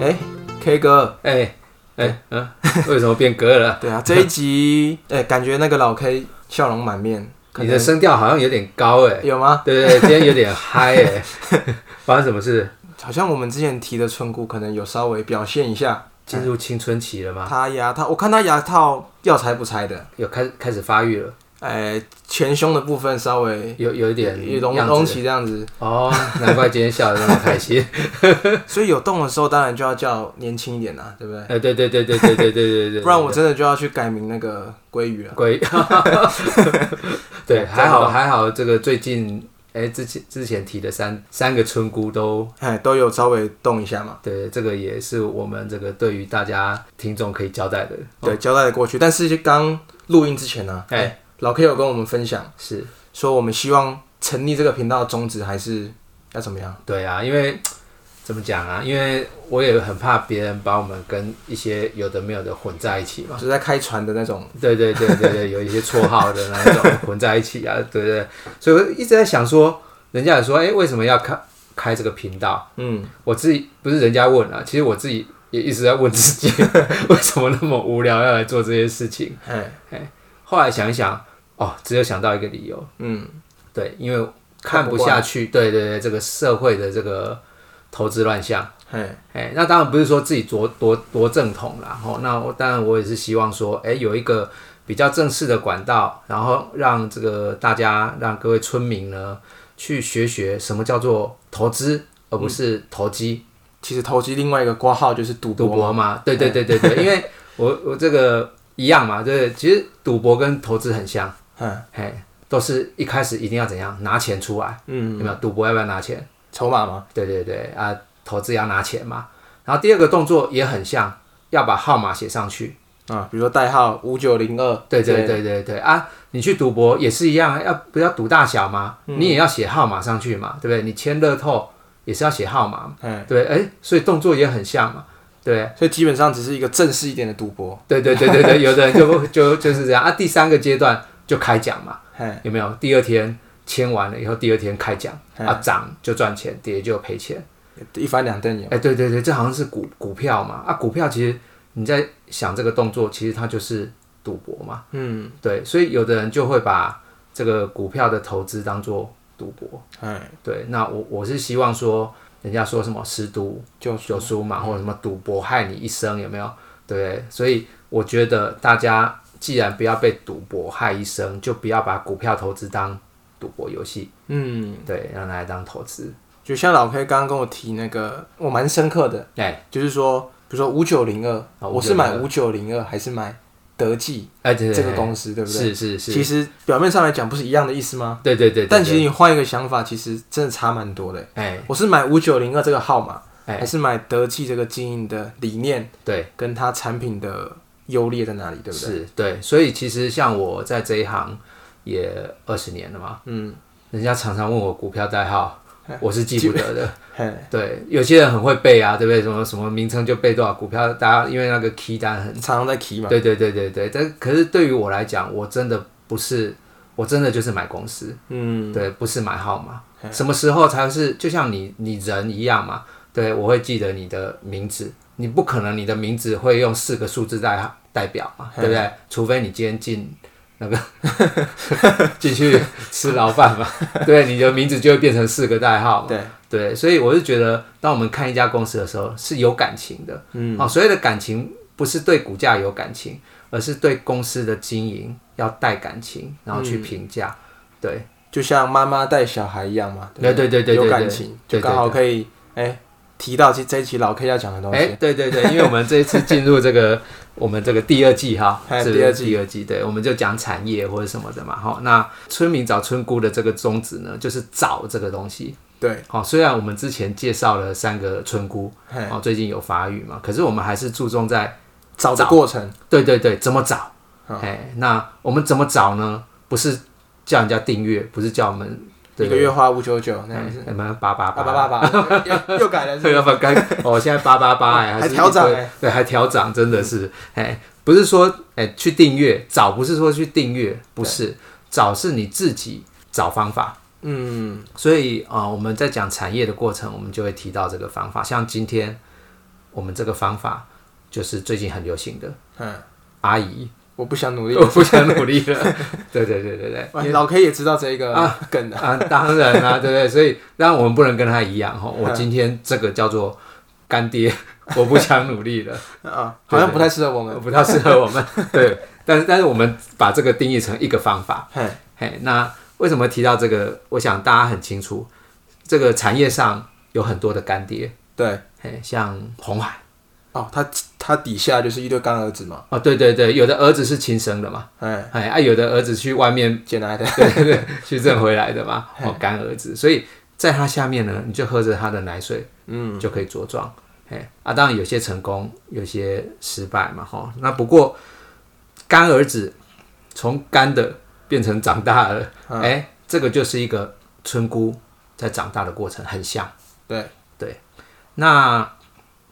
哎、k 哥，哎哎嗯，为什么变格了？对啊，这一集，哎、感觉那个老 K 笑容满面， 可你能的声调好像有点高哎，有吗？对对对，今天有点嗨哎， 发生什么事？好像我们之前提的村姑，可能有稍微表现一下。进入青春期了吗？他牙套，我看他牙套要拆不拆的，有开开始发育了，哎、前胸的部分稍微有有一点也隆样子隆起这样子，哦，难怪今天笑得那么开 心。所以有动的时候当然就要叫年轻一点啦、对不对？哎，对对对对对对对对对，不然我真的就要去改名那个鲑鱼了。鬼， 对，真的还好还好，这个最近哎之前之前提的三三个村姑都。哎，都有稍微动一下嘛，对，这个也是我们这个对于大家听众可以交代的。对，交代的过去。但是就刚录音之前呢、哦哎、老 K 有跟我们分享是说，我们希望成立这个频道的宗旨还是要怎么样？对啊，因为怎么讲啊？因为我也很怕别人把我们跟一些有的没有的混在一起嘛。就是在开船的那种，对对对对 对，有一些绰号的那一种混在一起啊，对对。所以我一直在想说，人家也说，哎、为什么要开开这个频道？嗯，我自己不是人家问啊，其实我自己也一直在问自己， 为什么那么无聊要来做这些事情？哎，后来想一想，哦，只有想到一个理由，嗯，对，因为看看不不下去，对对对，这个社会的这个投资乱象。哎，哎，那当然不是说自己多多多正统啦，吼，那我当然我也是希望说，哎，有一个比较正式的管道，然后让这个大家让各位村民呢去学学什么叫做投资，而不是投机、其实投机另外一个挂号就是嗯赌赌博哎嘛，博嘛。对对对对对，因为我我这个一样嘛，对，其实赌博跟投资很像，嗯哎，都是一开始一定要怎样拿钱出来，有嗯，没有？赌博要不要拿钱？筹码嘛，对对对啊，投资要拿钱嘛。然后第二个动作也很像，要把号码写上去。啊，比如说代号五九零二，对对，对对对啊，你去赌博也是一样，哎要不要赌大小嘛？你也要写号码上去嘛，对不对？你签乐透也是要写号码嘛，哎，对不对，哎，所以动作也很像嘛，对不对。所以基本上只是一个正式一点的赌博，对对对对对，有的人就就就是这样啊。第三个阶段就开奖嘛，哎，有没有？第二天签完了以后，第二天开奖嗯啊，涨就赚钱，跌就赔钱。一翻两瞪眼，哎、对对对，这好像是股股票嘛啊，股票其实你在想这个动作，其实它就是赌博嘛。嗯，对，所以有的人就会把这个股票的投资当做赌博。哎，对，那我我是希望说，人家说什么十赌就九输嘛，或者什么赌博害你一生，有没有？对，所以我觉得大家既然不要被赌博害一生，就不要把股票投资当赌博游戏，嗯，对，让它来当投资。就像老 K 刚刚跟我提那个，我蛮深刻的，哎、就是说，比如说五九零二，啊我是买5902五九零二还是买德记哎、对对这个对公司，对不对？是是是，其实表面上来讲不是一样的意思吗？对对对对但其实你换一个想法，其实真的差蛮多的。哎我是买五九零二这个号码，哎还是买德记这个经营的理念对，跟它产品的优劣在哪里，对不对？是，对，所以其实像我在这一行也二十年了嘛，嗯，人家常常问我股票 代号，我是记不得的。嘿，对，有些人很会背啊，对不对？什么什么名称就背多少股票，大家因为那个 key 单很，常常在提嘛。对对对对对。但可是对于我来讲，我真的不是，我真的就是买公司。嗯，对，不是买号码，什么时候才是就像你你人一样嘛？对，我会记得你的名字，你不可能你的名字会用四个数字代代表嘛，对不对？除非你今天进那个 进去吃牢饭 嘛，对，你的名字就会变成四个代号嘛。对，对，所以我是觉得，当我们看一家公司的时候是有感情的，嗯，哦，所谓的感情不是对股价有感情，而是对公司的经营要带感情，然后嗯去评价，对。就像妈妈带小孩一样嘛。不对对对对对有对感情，就对对刚好可以哎提到这这一期老 K 要讲的东西。哎，对对对，因为我们这一次进入这个 我们这个第二季哈，哎是不是第二季第二季，对，我们就讲产业或者什么的嘛哈。那村民找村姑的这个宗旨呢，就是找这个东西。对，好，虽然我们之前介绍了三个村姑，嘿哦，最近有发育嘛，可是我们还是注重在找的过程，对对对怎么找。好哎，那我们怎么找呢？不是叫人家订阅，不是叫我们一个月花五九九那样子，我们八啊八八八八八，又 又改了是不哎对是，要不然该哦，现在八八八哎，还是调涨一堆哎对，还调涨，真的是哎，不是说哎去订阅找，不是说去订阅，不是找是你自己找方法。嗯，所以啊、呃我们在讲产业的过程，我们就会提到这个方法。像今天我们这个方法就是最近很流行的嗯，阿姨，我不想努 力我。不想努力了。 对对对对对。哇老 K 也知道这一个梗的，啊，当然啦、对不对？所以，让我们不能跟他一样哈。我今天这个叫做干爹，我不想努力了，啊，好像不太适合我们。不太适合我们。对，但是但是我们把这个定义成一个方法。嘿，嘿，那为什么提到这个？我想大家很清楚，这个产业上有很多的干爹，对，嘿，像红海哦，他他底下就是一对干儿子嘛，哦，对对对，有的儿子是亲生的嘛，哎，哎啊，有的儿子去外面捡来的， 对对对，去挣回来的嘛，哦，干儿子，所以在他下面呢，你就喝着他的奶水，嗯，就可以茁壮。哎，啊，当然有些成功，有些失败嘛，哈。那不过干儿子从干的变成长大了，哎、这个就是一个村姑在长大的过程，很像。对对，那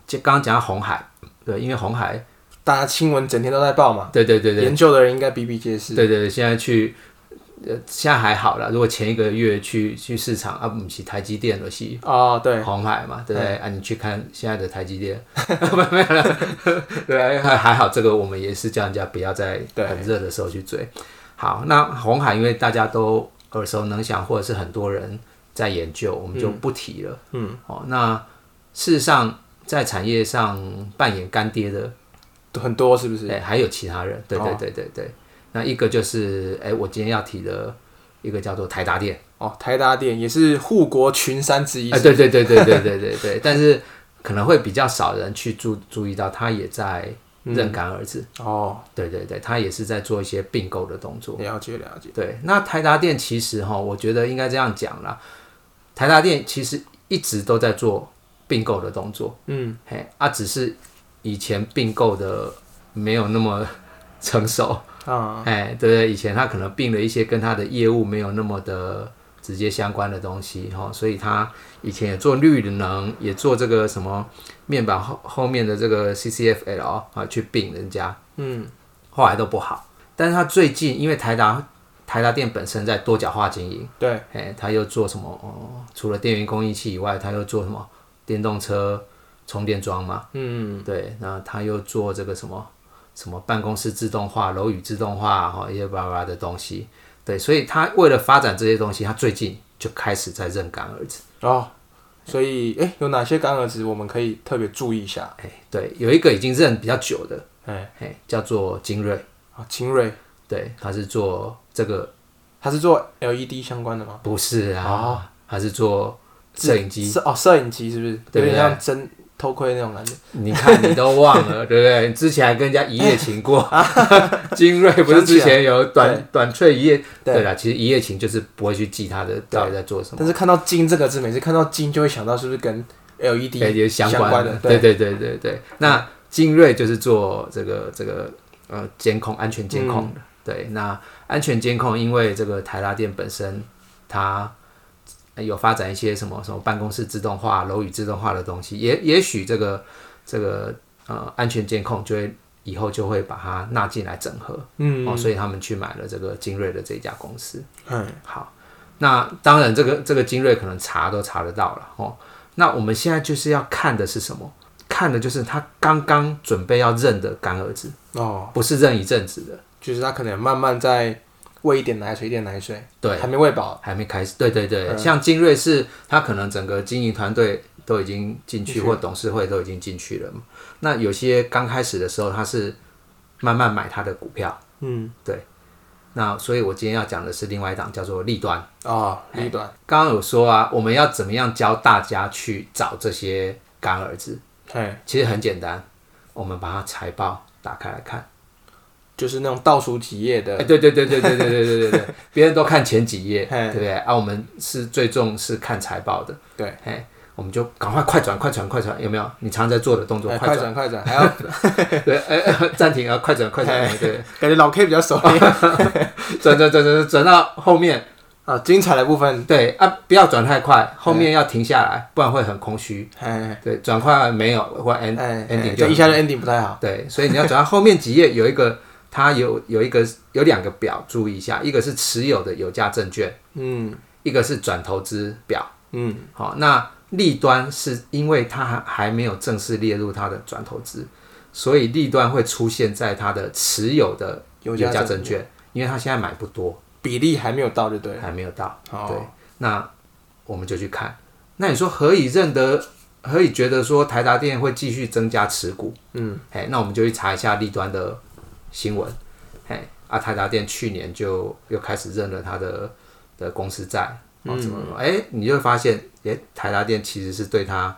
就刚刚讲到红海，对，因为红海，大家新闻整天都在报嘛，对对对对，研究的人应该比比皆是。对对对，现在去，呃，现在还好啦。如果前一个月去去市场啊，不是台积电的是哦，对，红海嘛，对不对？啊，你去看现在的台积电，没有了，对，还还好，这个我们也是叫人家不要在对很热的时候去追。好，那红海因为大家都耳熟能详，或者是很多人在研究，我们就不提了。嗯，哦，那事实上在产业上扮演干爹的很多是不是？对，还有其他人，对对对对对。那一个就是，哎、我今天要提的一个叫做台达电，哦，台达电也是护国群山之一哎、，对对对对对对对 对，但是可能会比较少人去注注意到，他也在嗯认干儿子，哦，对对对，他也是在做一些并购的动作。了解了解，对，那台达电其实哈，我觉得应该这样讲啦，台达电其实一直都在做并购的动作，嗯，嘿，啊，只是以前并购的没有那么成熟，啊，哎，对对，以前他可能并了一些跟他的业务没有那么的直接相关的东西哈、哦，所以他以前也做绿能，也做这个什么面板后后面的这个 CCFL 啊去并人家，嗯，后来都不好。但是他最近因为台达台达电本身在多角化经营，对，哎，他又做什么？哦，除了电源供应器以外，他又做什么电动车充电桩嘛？嗯，嗯，对，那他又做这个什么什么办公室自动化、楼宇自动化，哈、一些巴拉巴拉的东西。对，所以他为了发展这些东西，他最近就开始在认干儿子。哦，所以哎，有哪些干儿子我们可以特别注意一下？哎，对，有一个已经认比较久的，哎，哎，叫做精锐，啊，秦瑞，对，他是做这个他是做 LED 相关的吗？不是啊，哦他是做摄影机。是哦，摄影机是不是？对有不对点像真偷窥那种感觉。你看你都忘了，对不对？你之前还跟人家一夜情过，精锐不是之前有短短翠一夜？对对啦，其实一夜情就是不会去记他的到底在做什么，但是看到金这个字，每次看到金就会想到是不是跟 E LED 哎也相相关的？对，对对对对。那精锐就是做这个这个呃监控安全监控的，对。那安全监控，因为这个台达电本身它。呃有发展一些什么什么办公室自动化、楼宇自动化的东西，也也许这个这个呃安全监控就会以后就会把它纳进来整合，嗯，哦，所以他们去买了这个精锐的这家公司。嗯，好，那当然这个这个精锐可能查都查得到了哦。那我们现在就是要看的是什么？看的就是他刚刚准备要认的干儿子，哦，不是认一阵子的，就是他可能慢慢在喂一点奶水，一点奶水，对，还没喂饱，还没开始。对对对，像精锐是他可能整个经营团队都已经进去，或董事会都已经进去了嘛。那有些刚开始的时候，他是慢慢买他的股票。嗯，那所以我今天要讲的是另外一档叫做立端。哦，一段，刚刚有说啊，我们要怎么样教大家去找这些干儿子？嘿，其实很简单，我们把它财报打开来看。就是那种倒数几页哎、的，对对对对对对对对对 对，别人都看前几页，嘿对不对？啊，我们是最重视看财报的。对，哎，我们就赶快快转快转快转，有没有？你常在做的动作，哎快快转转，快转，还要对，哎、哎 暂停啊，快转快转，对，感觉老 K 比较熟转转转转转到后面，啊，精彩的部分，对啊，不要转太快，后面要停下来，不然会很空虚。哎对，转快没有或 end 哎， ending 哎就就一下就 ending 不太好，对，所以你要转到后面几页有一个， 它有有一个有两个表，注意一下，一个是持有的有价证券，嗯一个是转投资表。嗯，好、那利端是因为它还还没有正式列入它的转投资，所以利端会出现在它的持有的有价价证证券，因为它现在买不多，比例还没有到，就对了。还没有到。对哦，，那我们就去看。那你说何以认得？何以觉得说台达电会继续增加持股？嗯，哎，那我们就去查一下利端的新闻。哎，啊，台达电去年就又开始认了他的的公司债，嗯哦，怎么怎么，哎、你就会发现，哎，台达电其实是对他，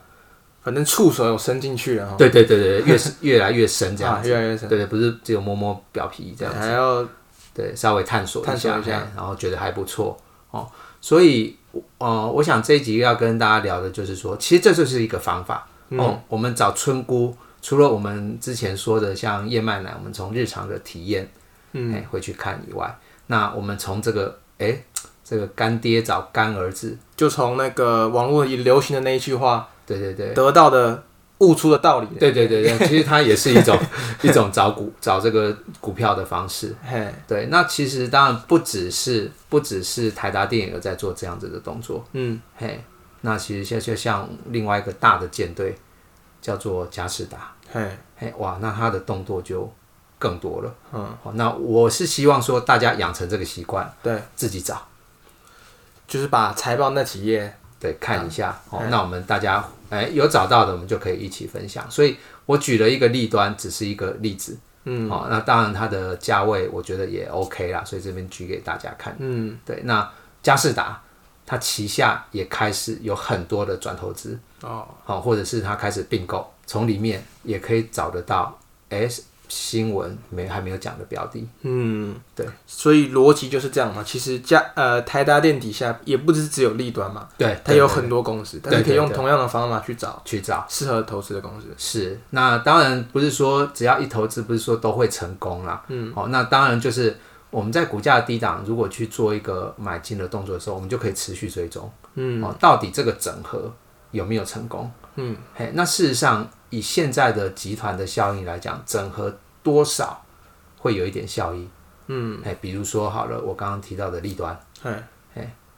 反正触手有伸进去了哈，对对对对，越越来越深这样啊，子，越来越深，对对，不是只有摸摸表皮这样。还要对，稍微探索探一下，索一下嘿然后觉得还不错哦。所以，呃，我想这一集要跟大家聊的就是说，其实这就是一个方法、嗯哦。我们找村姑，除了我们之前说的像燕麦奶，我们从日常的体验，嗯，哎、会去看以外，那我们从这个，哎、这个干爹找干儿子，就从那个网络流行的那一句话对对对。得到的悟出的道理，对对对对，其实它也是 一种一种找股找这个股票的方式。嘿，对，那其实当然不只是不只是台达电有在做这样子的动作，嗯，嘿，那其实现在就像另外一个大的舰队叫做佳士达，嘿，嘿，哇，那它的动作就更多了。嗯，好，那我是希望说大家养成这个习惯，对，自己找，就是把财报那几页，对，看一下。哦，那我们大家哎有找到的，我们就可以一起分享。所以我举了一个例端，只是一个例子。嗯，好、那当然它的价位我觉得也 OK 啦，所以这边举给大家看。嗯，对，那佳士达它旗下也开始有很多的转投资哦，好，或者是它开始并购，从里面也可以找得到 S 新闻没还没有讲的标的，嗯，对，所以逻辑就是这样嘛。其实加呃台达电底下也不是只有利端嘛，对，它有很多公司，对但是可以对用对同样的方法去找去找。适合投资的公司。是，那当然不是说只要一投资，不是说都会成功啦。嗯，好、那当然就是我们在股价低档，如果去做一个买进的动作的时候，我们就可以持续追踪。嗯，哦，到底这个整合有没有成功？嗯，嘿，那事实上以现在的集团的效应来讲，整合多少会有一点效益。嗯，哎，比如说好了，我刚刚提到的利端，嘿，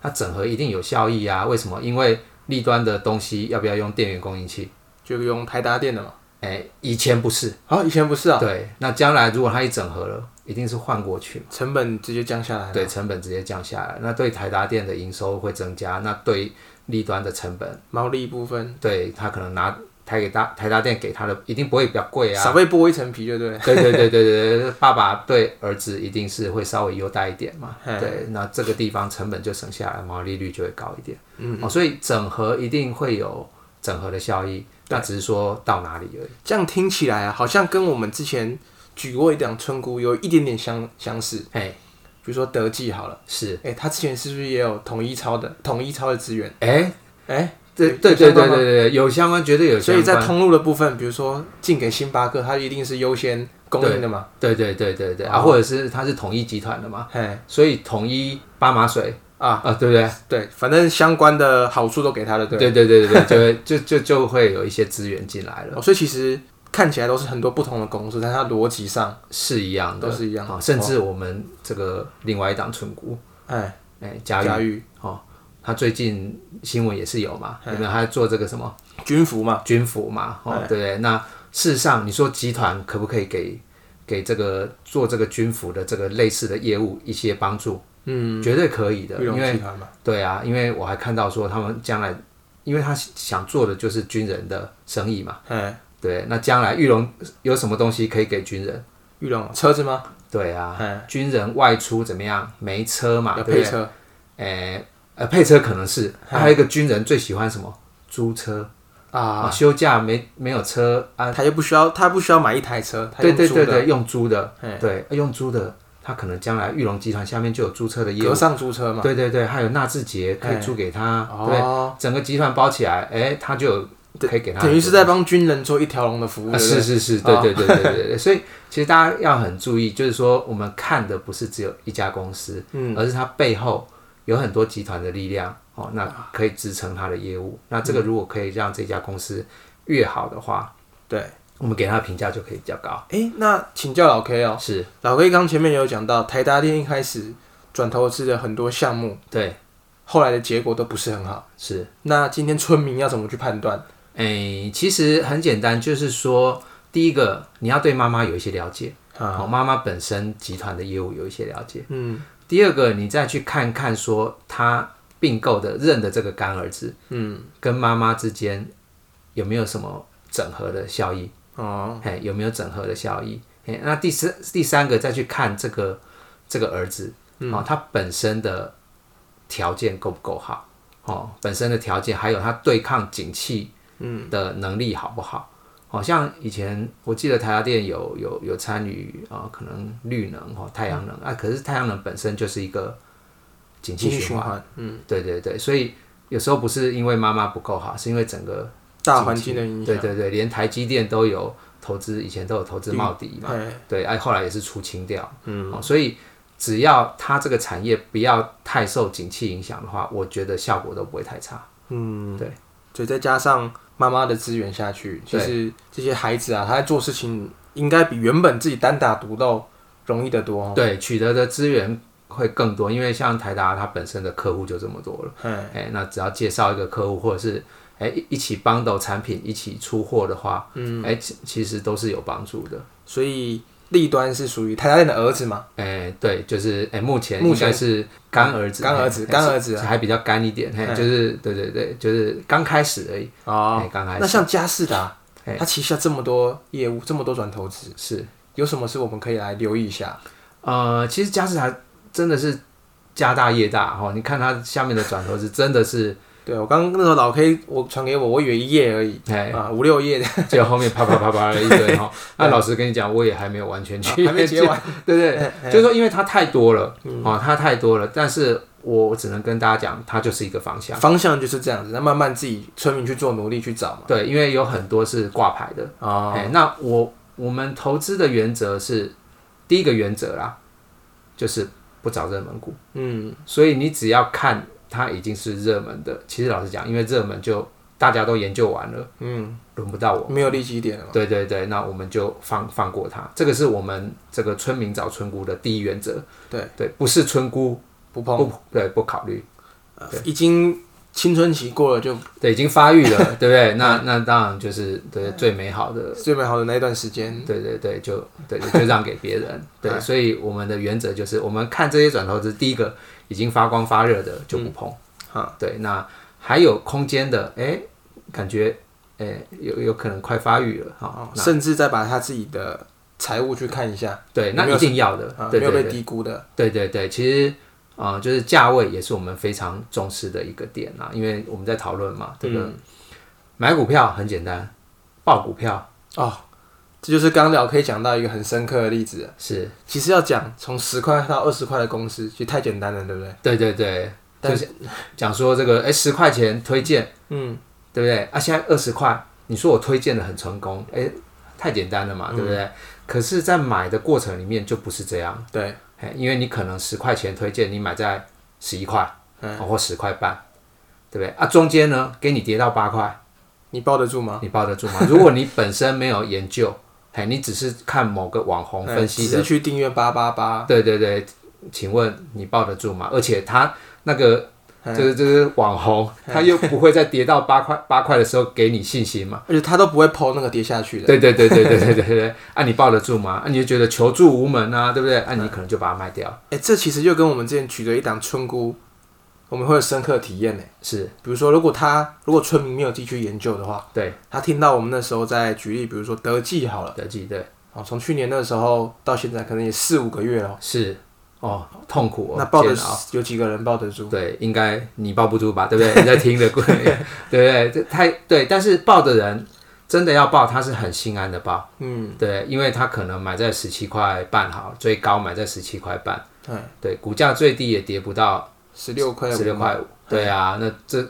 它整合一定有效益啊？为什么？因为利端的东西要不要用电源供应器？就用台达电的嘛。哎，以前不是。啊，以前不是啊，对，那将来如果它一整合了，一定是换过去，成本直接降下来。，对，成本直接降下来，那对台达电的营收会增加，那对利端的成本，毛利部分对他可能拿台给大台达电给他的一定不会比较贵啊。少被剥一层皮，就对了。对对对对对对，爸爸对儿子一定是会稍微优待一点嘛。嘿对，那这个地方成本就省下来，毛利率就会高一点。嗯，哦，所以整合一定会有整合的效益，那只是说到哪里而已。这样听起来啊，好像跟我们之前举过一档村姑有一点点相相似。哎，比如说德记好了，是，哎、它之前是不是也有统一超的统一超的资源？哎，哎、对有对有对相关对对对，有相关绝对有所相以关。在通路的部分，比如说进给星巴克，它一定是优先供应的嘛？对对对对对啊，哦或者是它是统一集团的嘛，嘿，所以统一巴马水啊，啊，对不对？对，反正相关的好处都给他了，对不对对对对对对，就会 就就就会有一些资源进来了，哦所以其实看起来都是很多不同的公司，但它逻辑上，是一样的，都是一样的哦啊。甚至我们这个另外一档存股，哎，哎，嘉嘉裕裕哦，他最近新闻也是有嘛，有没有？他做这个什么军服嘛，军服嘛，哦，对不对？那事实上，你说集团可不可以给给这个做这个军服的这个类似的业务一些帮助？嗯，绝对可以的，裕因隆为。集团嘛，对啊，因为我还看到说他们将来，因为他想做的就是军人的生意嘛。哎，对，那将来玉龙有什么东西可以给军人？裕隆车子吗？对啊，哎，军人外出怎么样？没车嘛，要对不配对？车，诶、呃，配车可能是，嗯还有一个军人最喜欢什么？租车啊，休假没没有车啊？他又不需要，他不需要买一台车，他对用对租的对对，用租的嗯，对，啊用租的，他可能将来玉龙集团下面就有租车的业务格。上租车嘛，对对对，还有纳智捷可以嗯租给他，对不对哦，整个集团包起来，哎、他就有可以给他等于是在帮军人做一条龙的服务，啊、对不对是是是，对对对对对对，所以其实大家要很注意，就是说我们看的不是只有一家公司，嗯，而是它背后有很多集团的力量哦，那啊可以支撑它的业务。那嗯这个如果可以让这家公司越好的话，对。我们给它的评价就可以比较高。哎，那请教老 K 哦，是老 K 刚前面有讲到台达电一开始转投资的很多项目。对后来的结果都不是很好。是，那今天村民要怎么去判断？诶、哎其实很简单，就是说，第一个你要对妈妈有一些了解，哦啊好，妈妈本身集团的业务有一些了解。嗯第二个，你再去看看说他并购的认的这个干儿子嗯跟妈妈之间有没有什么整合的效益？哦，嘿，有没有整合的效益？嘿，那第三第三个再去看这个这个儿子，哦，他本身的条件够不够好？哦，本身的条件，还有他对抗景气，嗯，的能力好不好？好、像以前我记得台达电有有有参与啊、哦可能绿能哦太阳能啊，可是太阳能本身就是一个景经济气循循环，环，嗯，对对对，所以有时候不是因为妈妈不够好，是因为整个大环境的影响，对对对，连台积电都有投资，以前都有投资茂迪嘛，哎，对，哎，后来也是出清掉，嗯、哦，所以只要它这个产业不要太受景气影响的话，我觉得效果都不会太差。嗯，对，所以再加上妈妈的资源下去，其实这些孩子啊，他在做事情应该比原本自己单打独斗容易得多哦。对，取得的资源会更多，因为像台达它本身的客户就这么多了，嗯，哎，那只要介绍一个客户，或者是哎一一起帮斗产品一起出货的话，嗯，哎，其其实都是有帮助的。所以利端是属于台达电的儿子嘛，哎，对，就是哎，目前目应前该是干儿子，干嘿儿子嘿干儿子啊是还比较干一点，嘿，就是对对对，就是刚开始而已，哦，哎，刚开那始像佳士达哎，他旗下这么多业务，这么多转投资，是有什么是我们可以来留意一下？呃，其实嘉士达真的是家大业大哦，你看它下面的转投资真的是，对我刚刚那时候老 K 我传给我，我以为一页而已 哎，啊，五六 页的，结果后面啪啪啪啪了 一堆哈。那老实跟你讲，我也还没有完全去啊还没结完， 嗯对对，就是说因为它太多了哦，它太多了，但是我只能跟大家讲，它就是一个方向。方向就是这样子，那慢慢自己村民去做努力去找嘛。对，因为有很多是挂牌的。啊，哎、那我我们投资的原则是第一个原则啦，就是不找热门股。嗯，所以你只要看它已经是热门的，其实老实讲，因为热门就大家都研究完了，嗯，轮不到我。没有利基点了嘛。对对对，那我们就放放过它。这个是我们这个村民找村姑的第一原则。对对，不是村姑不碰，不对不考虑，呃已经青春期过了，就对已经发育了， 对不对？那那当然就是对最美好的最美好的那一段时间。对对对，就对对，就让给别人。 对，所以我们的原则就是，我们看这些转投资，第一个已经发光发热的就不碰。嗯好，对，那还有空间的，哎，感觉哎有有可能快发育了哈、哦甚至再把他自己的财务去看一下，对，那有没一有定要的，啊，对没有对被对低估的。对对对，其实。啊、就是价位也是我们非常重视的一个点啦，因为我们在讨论嘛，这个、嗯买股票很简单，报股票哦，这就是刚聊可以讲到一个很深刻的例子。是其实要讲从十块到二十块的公司，其实太简单了，对不对？对对对，但就是讲说这个，哎，十块钱推荐，嗯，对不对？啊，现在二十块，你说我推荐的很成功，哎，太简单了嘛，嗯对不对？可是，在买的过程里面就不是这样，对，嘿，因为你可能十块钱推荐，你买在十一块，嗯哦或十块半，对不对？啊，中间呢，给你跌到八块，你抱得住吗？你抱得住吗？如果你本身没有研究，嘿，你只是看某个网红分嗯析的只是去订阅八八八，对对对，请问你抱得住吗？而且他那个嗯就是就是网红，他又不会在跌到八块八块的时候给你信心嘛？而且他都不会抛那个跌下去的。对对对对对对对对，啊，你抱得住吗？啊，你就觉得求助无门啊，对不对？啊，你可能就把它卖掉，哎、这其实就跟我们之前举的一档村姑，我们会有深刻体验呢。是比如说，如果他如果村民没有自己去研究的话，对他听到我们那时候在举例，比如说德记好了，得记对哦，从去年那时候到现在，可能也四五个月了。是哦，痛苦、哦，那抱得煎熬有几个人抱得住？对，应该你抱不住吧，对不对？你在听的，对 不对？这太对，但是抱的人真的要抱，他是很心安的抱。嗯，对，因为它可能买在十七块半好，最高买在十七块半，对，对，股价最低也跌不到十六块十六五块五，对啊，那这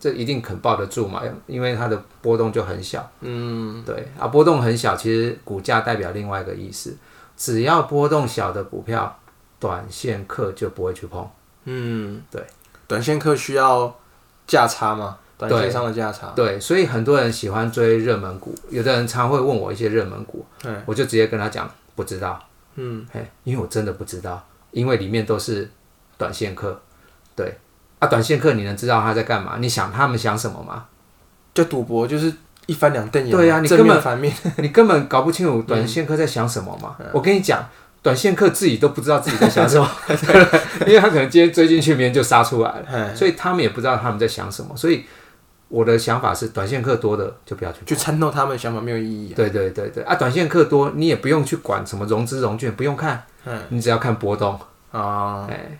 这一定肯抱得住嘛，因为它的波动就很小，嗯，对啊，波动很小，其实股价代表另外一个意思，只要波动小的股票，短线客就不会去碰，嗯，对，短线客需要价差嘛，短线对上的价差。对，所以很多人喜欢追热门股，有的人常会问我一些热门股，对，我就直接跟他讲不知道。嗯，嘿，因为我真的不知道，因为里面都是短线客，对，啊，短线客你能知道他在干嘛？你想他们想什 么吗？就赌博就是一翻两瞪眼嘛，对啊你正根面本反 面，你根本搞不清楚短线客在想什么嘛。嗯我跟你讲，短线客自己都不知道自己在 想什么， 因为他可能今天追进去，明天就杀出来了，哎，所以他们也不知道他们在想什么。所以我的想法是，短线客多的就不要去。去参透他们的想法没有意义、啊。对对对对啊，短线客多，你也不用去管什么融资融券，不用看，嗯你只要看波动。啊、哎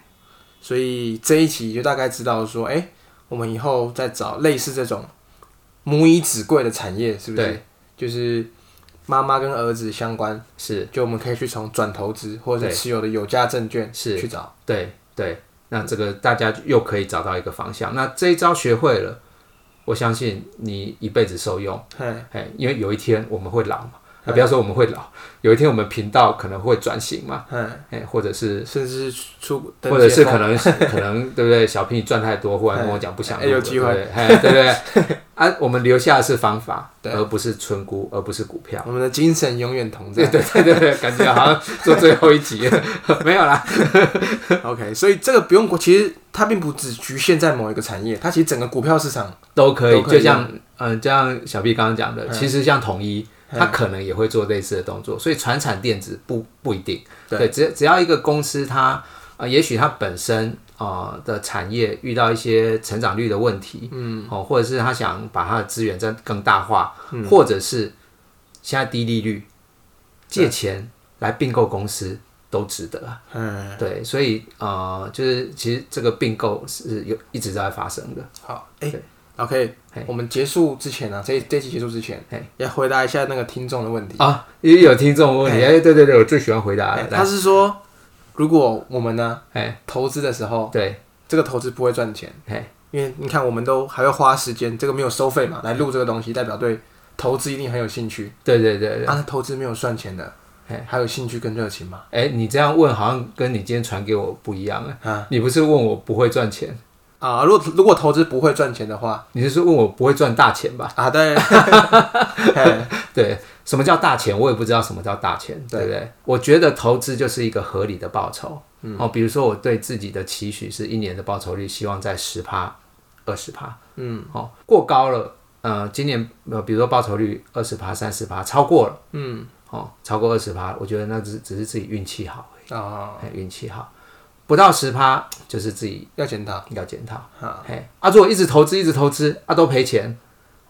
所以这一期就大概知道说，哎、我们以后再找类似这种母以子贵的产业，是不是对？就是妈妈跟儿子相关，是就我们可以去从转投资或者对是持有的有价证券是去找。对对，那这个大家又可以找到一个方向。那这一招学会了，我相信你一辈子受用。哎，哎，因为有一天我们会老嘛，嗯啊，不要说我们会老，有一天我们频道可能会转型嘛，哎，哎，或者是甚至是出或者是可能可能对不对？小平你赚太多，忽然跟我讲不想哎录了，有机会对不对，哎对不对？ 啊，我们留下的是方法，对而不是存股，而不是股票。我们的精神永远同在对。对对对对，感觉好像做最后一集了没有啦。 OK，所以这个不用，其实它并不只局限在某一个产业，它其实整个股票市场，都可都以，嗯可以就像嗯，就像小 B 刚刚讲的，其实像统一，他可能也会做类似的动作，所以传产电子不不一定，对对，只只要一个公司它呃，也许它本身呃的产业遇到一些成长率的问题，嗯，哦，或者是他想把它的资源再更大化，或者是现在低利率，借钱来并购公司都值得啊，嗯，对，所以呃，就是其实这个并购是有一直在发生的，好，哎、对 o k 嘿我们结束之前啊，这这期结束之前嘿，要回答一下那个听众的问题。啊，也有听众问你，哎、对对对，我啊最喜欢回答哎了，他是说，如果我们呢哎，投资的时候，对，这个投资不会赚钱，哎，因为你看我们都还要花时间，这个没有收费嘛，来录这个东西，代表对投资一定很有兴趣。对对对对，啊，那投资没有赚钱的嘿，还有兴趣跟热情吗？哎、你这样问好像跟你今天传给我不一样哎、啊你不是问我不会赚钱，啊，如果如果投资不会赚钱的话，你是说问我不会赚大钱吧？啊，对，嘿 对，什么叫大钱？我也不知道什么叫大钱，对对不对？我觉得投资就是一个合理的报酬，嗯哦，比如说我对自己的期许是一年的报酬率，希望在十趴、二十趴，嗯，哦，过高了，呃，今年呃，比如说报酬率二十趴、三十趴，超过了，嗯，哦，超过二十趴，我觉得那只只是自己运气好，啊，哎运气好，不到十趴就是自己要检讨要检讨，啊，嘿，啊，如果一直投资一直投资，啊都赔钱，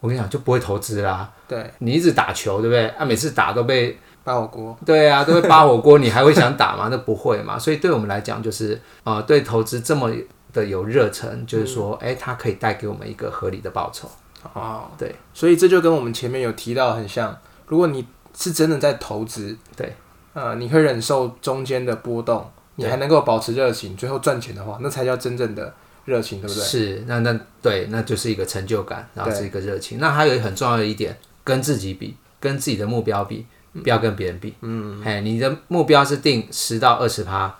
我跟你讲就不会投资啦，对，你一直打球，对不对？啊，每次打都被八火锅，对啊，都会扒火锅，你还会想打吗？那 不会嘛。所以对我们来讲，就是呃，对投资这么的有热忱，就是说，嗯哎、它可以带给我们一个合理的报酬。哦，对，所以这就跟我们前面有提到很像。如果你是真的在投资，对，呃，你会忍受中间的波动，你还能够保持热情，最后赚钱的话，那才叫真正的热情，对不对？是，那那对，那就是一个成就感，然后对是一个热情。那还有一个很重要的一点，跟自己比，跟自己的目标比，不要跟别人比。嗯，哎，你的目标是定十到二十趴，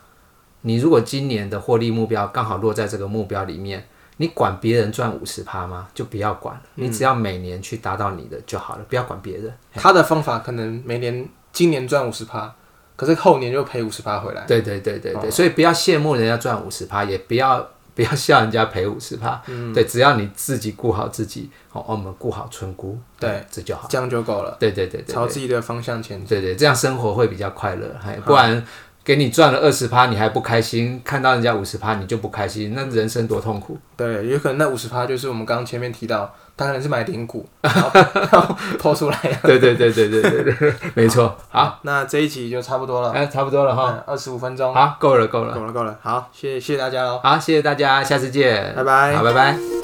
你如果今年的获利目标刚好落在这个目标里面，你管别人赚五十趴吗？就不要管了，嗯你只要每年去达到你的就好了，不要管别人。他的方法可能每年今年赚五十趴，可是后年就赔五十趴回来。哦对对对对对，所以不要羡慕人家赚五十趴，也不要 不要笑人家赔五十趴。嗯对，只要你自己顾好自己，哦，我们顾好村姑，对，这就好。这样就够了，对对哦对对朝自己的方向前进。对对，这样生活会比较快乐。啊还不然给你赚了二十趴，你还不开心；看到人家五十趴，你就不开心，那人生多痛苦。 对，有可能那五十趴就是我们刚刚前面提到，他可能是买零股，然后 然后抛出来。对对对对对对对，没错。好，好，那这一集就差不多了，嗯哎，差不多了哈。二十五分钟。好，够了够了。够了够了，好，谢谢谢谢大家喽，哦哎好，谢谢大家，下次见。拜拜好，拜拜。